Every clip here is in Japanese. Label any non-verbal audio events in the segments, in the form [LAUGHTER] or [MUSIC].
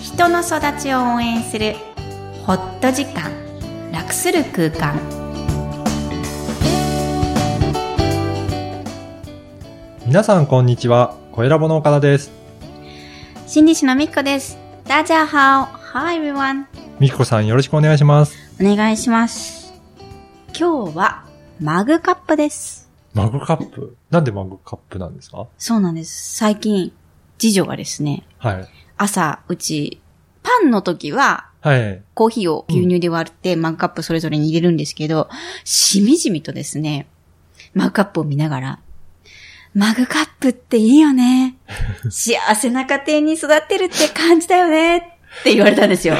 人の育ちを応援するホット時間楽する空間皆さんこんにちは。声ラボの岡田です。心理師のみっこですダジャハオ Hi everyone みきこさんよろしくお願いします。お願いします今日はマグカップですマグカップなんでマグカップなんですかそうなんです最近次女がですねはい。朝うちパンの時ははい。コーヒーを牛乳で割って、マグカップそれぞれに入れるんですけど、しみじみとですね、マグカップを見ながら、マグカップっていいよ [LAUGHS] ね。幸せな家庭に育ってるって感じだよね。って言われたんですよ。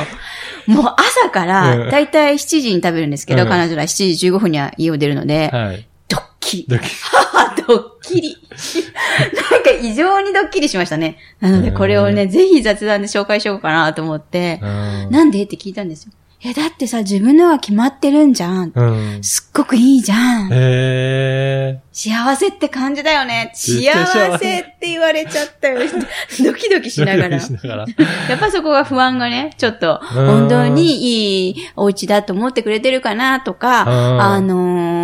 もう朝かうら、んだいたい7時に食べるんですけど、うん彼女ら7時15分には家を出るので、はい。ドッキリ。で、あドッキリ。 [LAUGHS] なんか異常にドッキリしましたね。なのでこれをね、ぜひ雑談で紹介しようかなと思って、うん。なんでって聞いたんですよ。え、だってさ、自分のが決まってるんじゃん。うん。すっごくいいじゃん。え幸せって感じだよね。めっちゃ幸せ幸せって言われちゃったよ。 [LAUGHS] ドキドキー。しながら。ドキドキしながら。やっぱそこが不安がね、ちょっと、うん本当にいいお家だと思ってくれてるかなとか、あのー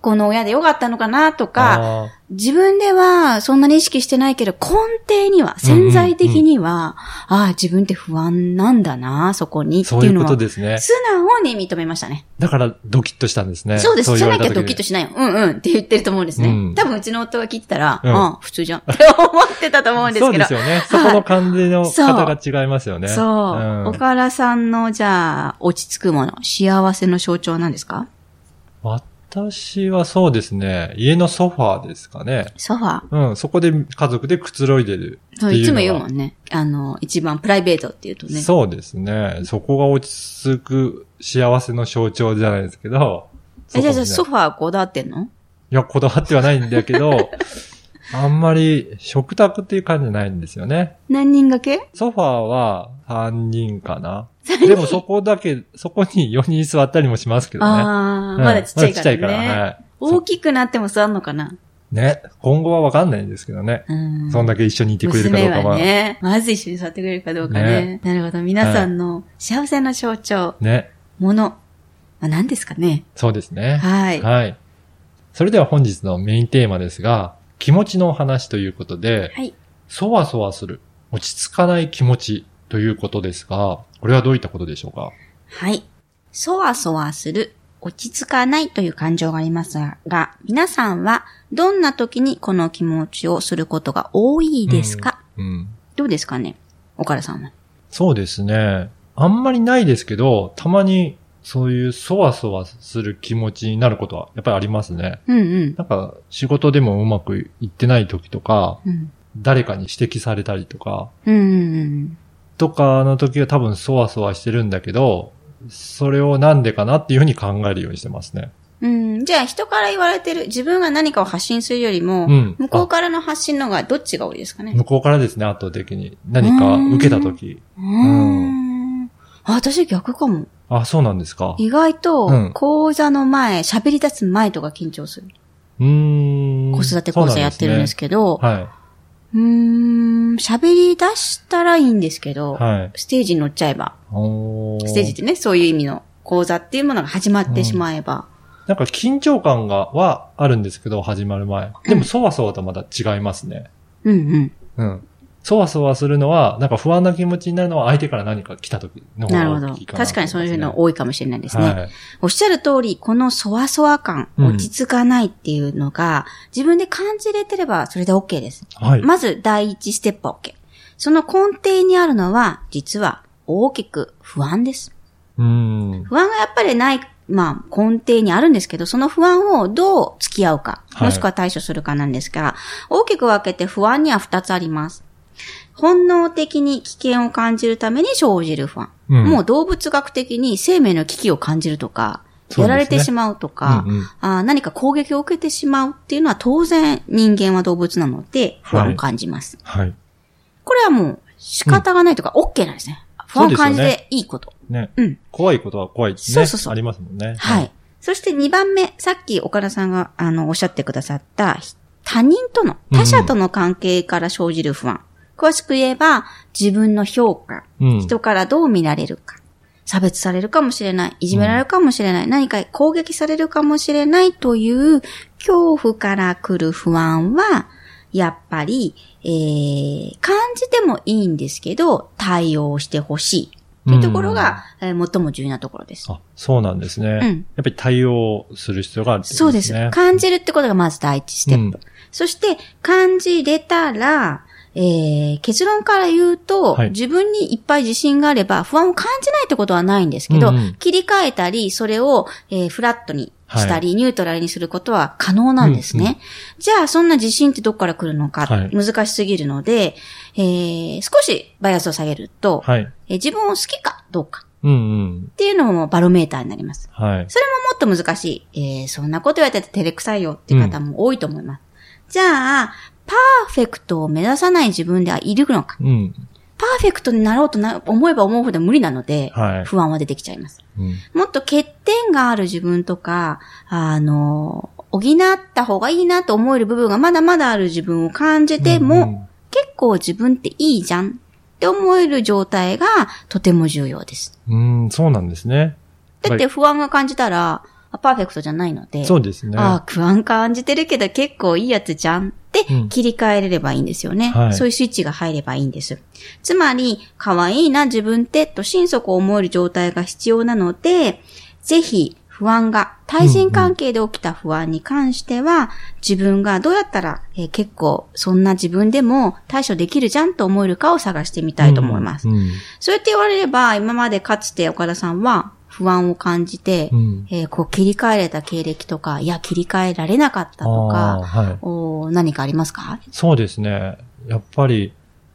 この親でよかったのかなとか、あ自分ではそんなに意識してないけど、根底には、潜在的には、ああ、自分って不安なんだな、そこにーってそういいううのこはと、ですね。素直に認めましたね。だからドキッとしたんですね。そうです。じ言ゃわなれきたゃ時ドにキッとしないよ。うんうんって言ってると思うんですね。うん多分うちの夫が聞いてたら、うんああ、普通じゃん [LAUGHS] って思ってたと思うんですそうけでど。すよ [LAUGHS] ね。そこの感じのそう方が違いますよね。そう。ん岡田さんの、じゃあ、落ち着くもの、幸せの象徴なんですか私はそうですね。家のソファーですかね。ソファー。うん。そこで家族でくつろいでるっていうのそう、が。いつも言うもんね。あの、一番プライベートって言うとね。そうですね。そこが落ち着く幸せの象徴じゃないですけど。え、じゃあ、じゃあ、そソこファーこだわってんのですねいや、こだわってはないんだけど、 [LAUGHS] あんまり食卓っていう感じじゃないんですよね。何人掛けソファーは3人かな。でもそこだけ、そこに4人座ったりもしますけどね。ああ、うんまだちっちゃいからね。まだちっちゃいから、はい。大きくなっても座んのかなね。今後はわかんないんですけどね。うん。そんだけ一緒にいてくれるかどうか娘はは。ね。ね、まず一緒に座ってくれるかどうかね。なるほど。皆さんの幸せの象徴、もの、は何ですかね。そうですね。はい。ははい。それでは本日のメインテーマですが、気持ちのお話ということで、い。そわそわする、落ち着かない気持ちということですが、これはどういったことでしょうかはい。そわそわする、落ち着かないという感情がありますが、皆さんはどんな時にこの気持ちをすることが多いですか、うん。どうですかね岡田さんは。そうですね。あんまりないですけど、たまにそういうそわそわする気持ちになることはやっぱりありますね。うんうん。なんか仕事でもうまくいってない時とか、うん。誰かに指摘されたりとか、うんうんうん。とかの時は多分そわそわしてるんだけど、それをなんでかなっていうふうに考えるようにしてますね。うん、じゃあ人から言われてる、自分が何かを発信するよりも、うん向こうからの発信の方がどっちが多いですかね。向こうからですね、圧倒的に。何か受けた時。うーん。あ私逆かも。あ、そうなんですか。意外うと、ん講座の前、喋、り出す前とか緊張する。うーん。子育て講座やってるんですけど、そうなんですねうーん、喋り出したらいいんですけど、はい。はい。ステージに乗っちゃえば、おステージってね、そういう意味の講座っていうものが始まってしまえば、なんか緊張感が、はあるんですけど、始まる前。でも、そわそわとまた違いますね。うん、うんうん。そわそわするのは、なんか不安な気持ちになるのは相手から何か来た時の方なるほが大どきい。かな確かにそういうの多い多いかもしれないでですね。おっしゃる通り、このそわそわ感、うん落ち着かないっていうのが、自分で感じれてればそれで OK です。はい。はい。まず第一ステップは OK。その根底にあるのは、実は大きく不安です。うん。不安がやっぱりない、まあ根底にあるんですけど、その不安をどう付き合うか、はいもしくは対処するかなんですが、大きく分けて不安には2つあります。本能的に危険を感じるために生じる不安。うんもう動物学的に生命の危機を感じるとか、そうですねやられてしまうとか、うんうんあー何か攻撃を受けてしまうっていうのは当然人間は動物なので不安を感じます。はい。これはもう仕方がないとか OK なんですね。不安を感じていいこと。ね。うん。怖いことは怖いってね。そうそうそうありますもんね。はい。。そして2番目、さっき岡田さんが、あの、おっしゃってくださった、他人との、他者との関係から生じる不安。詳しく言えば、自分の評価、うん。人からどう見られるか、差別されるかもしれない、いじめられるかもしれない、何か攻撃されるかもしれないという恐怖から来る不安は、やっぱり、えー、感じてもいいんですけど、対応してほしい。というところが、えー最も重要なところです。あ、そうなんですね。うやっん。ぱり対応する必要があるってこそとうでですすね。。感じるってことがまず第一ステップ。そして、感じれたら、えー、結論から言うと、はい自分にいっぱい自信があれば不安を感じないってことはないんですけど、うんうん切り替えたり、それを、えーフラットにしたり、ニュートラルにすることは可能なんですね。うんうじゃあ、そんな自信ってどこから来るのか、はい難しすぎるので、えー、少しバイアスを下げると、はい。えー自分を好きかどうかうんうん。っていうのもバロメーターになります。はい。もっと難しい。えーそんなこと言われて照れくさいよっていう方も多いと思います。じゃあ、パーフェクトを目指さない自分ではいるのか。うん。パーフェクトになろうとな思えば思うほど無理なので、はい。不安は出てきちゃいます。うんもっと欠点がある自分とか、あの、補った方がいいなと思える部分がまだまだある自分を感じても、うん結構自分っていいじゃんって思える状態がとても重要です。うん、うんそうなんですね。だっやて不安が感じたら、あパーフェクトじゃないのぱでり、そうですね。ああ、不安感じてるけど結構いいやつじゃんってうん切り替えれればいいんですよね。はいそういうスイッチが入ればいいんです。つまり、可愛いな自分ってと心底思える状態が必要なので、ぜひ不安が、対人関係で起きた不安に関しては、自分がどうやったら、えー結構そんな自分でも対処できるじゃんと思えるかを探してみたいと思います。うんうんそうやって言われれば、今までかつて岡田さんは不安を感じて、うん。えーこう切り替えれた経歴とか、いや、切り替えられなかったとあか、ーはい。おー何かありますかそうですね。やっぱり、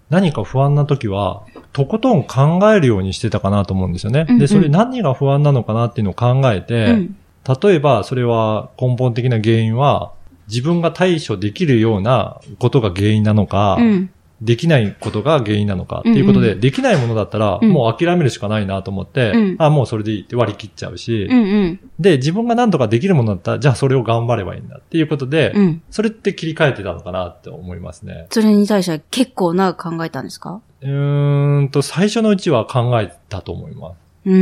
何か不安な時は、とことん考えるようにしてたかなと思うんですよね。うんうんで、それ何が不安なのかなっていうのを考えて、うん。例えば、それは根本的な原因は、自分が対処できるようなことが原因なのか、うん。できないことが原因なのかっていうことで、うんうできないものだったら、うんもう諦めるしかないなと思って、うんあ、もうそれでいいって割り切っちゃうし、うんうん。で、自分が何とかできるものだったら、じゃあそれを頑張ればいいんだっていうことで、うん。それって切り替えてたのかなって思いますね。それに対しては結構長く考えたんですかうーんと、最初のうちは考えたと思います。う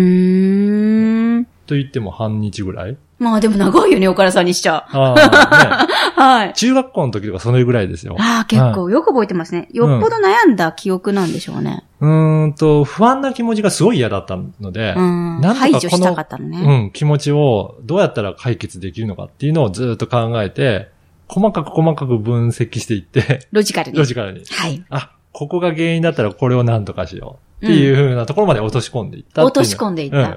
ーん。と言っても半日ぐらいまあでも長いよね、岡田さんにしちゃ。あ [LAUGHS] ー、ね、はい。中学校の時とかそのぐらいですよ。ああ、結構よく覚えてますね。よっぽど悩んだ記憶なんでしょうね。うーんと、不安な気持ちがすごい嫌だったので、うん。なんとか排除したかったのね。うん、気持ちをどうやったら解決できるのかっていうのをずっと考えて、細かく細かく分析していって、ロジカルにロ。ジカルに。はい。あ、ここが原因だったらこれを何とかしようっていう風なところまで落とし込んでいった落とし込んでいった。うん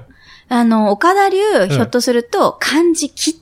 あの、岡田流、んひょっとすると、感じ切っ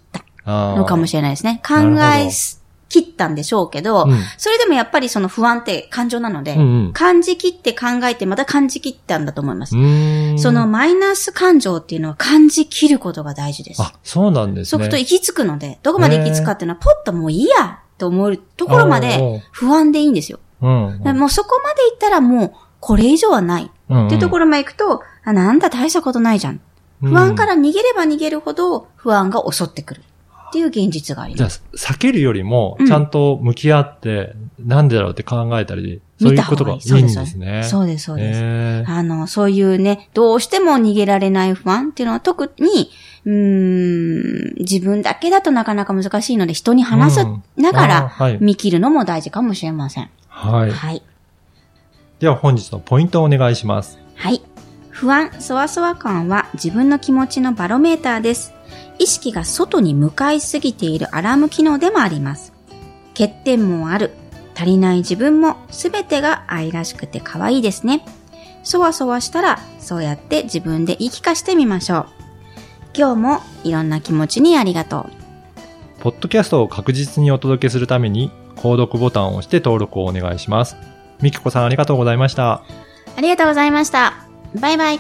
たのかもしれれないですね。考あーえす切ったんでしょうけど、ない。それでもやっぱりその不安って感情なので、うん。うん感じ切って考えてまた感じ切ったんだと思います。うん。うーんその、マイナス感情っていうのは感じ切ることが大事です。あ、そうなんですそね。こ、と行き着くので、どこまで行き着くかっていうのは、ポッともういいやと思うところまでおー不安でいいんですよ。うん。うんもうそこまで行ったらもうこれ以上はないうんっていうところまで行くと、あなんだ大したことないじゃん。不安から逃げれば逃げるほど不安が襲ってくるっていう現実がありじゃまあ、す。避けるよりもう、んちゃんと向き合って、なんでだろうって考えたり、そう見いたうこ方とががいいいいんですね。うそうです、そうです。へーあの、そういうね、どうしても逃げられない不安っていうのは特に、うーん、自分だけだとなかなか難しいので、人に話すうんながあーら、はい。見切るのも大事かもしれません。はい。はい。では本日のポイントをお願いします。はい。不安、そわそわ感は自分の気持ちのバロメーターです。意識が外に向かいすぎているアラーム機能でもあります。欠点もある。足りない自分も全てが愛らしくて可愛いですね。そわそわしたら、そうやって自分で言い聞かしてみましょう。今日もいろんな気持ちにありがとう。ポッドキャストを確実にお届けするために、購読ボタンを押して登録をお願いします。みきこさんありがとうございました。ありがとうございました。バイバイ。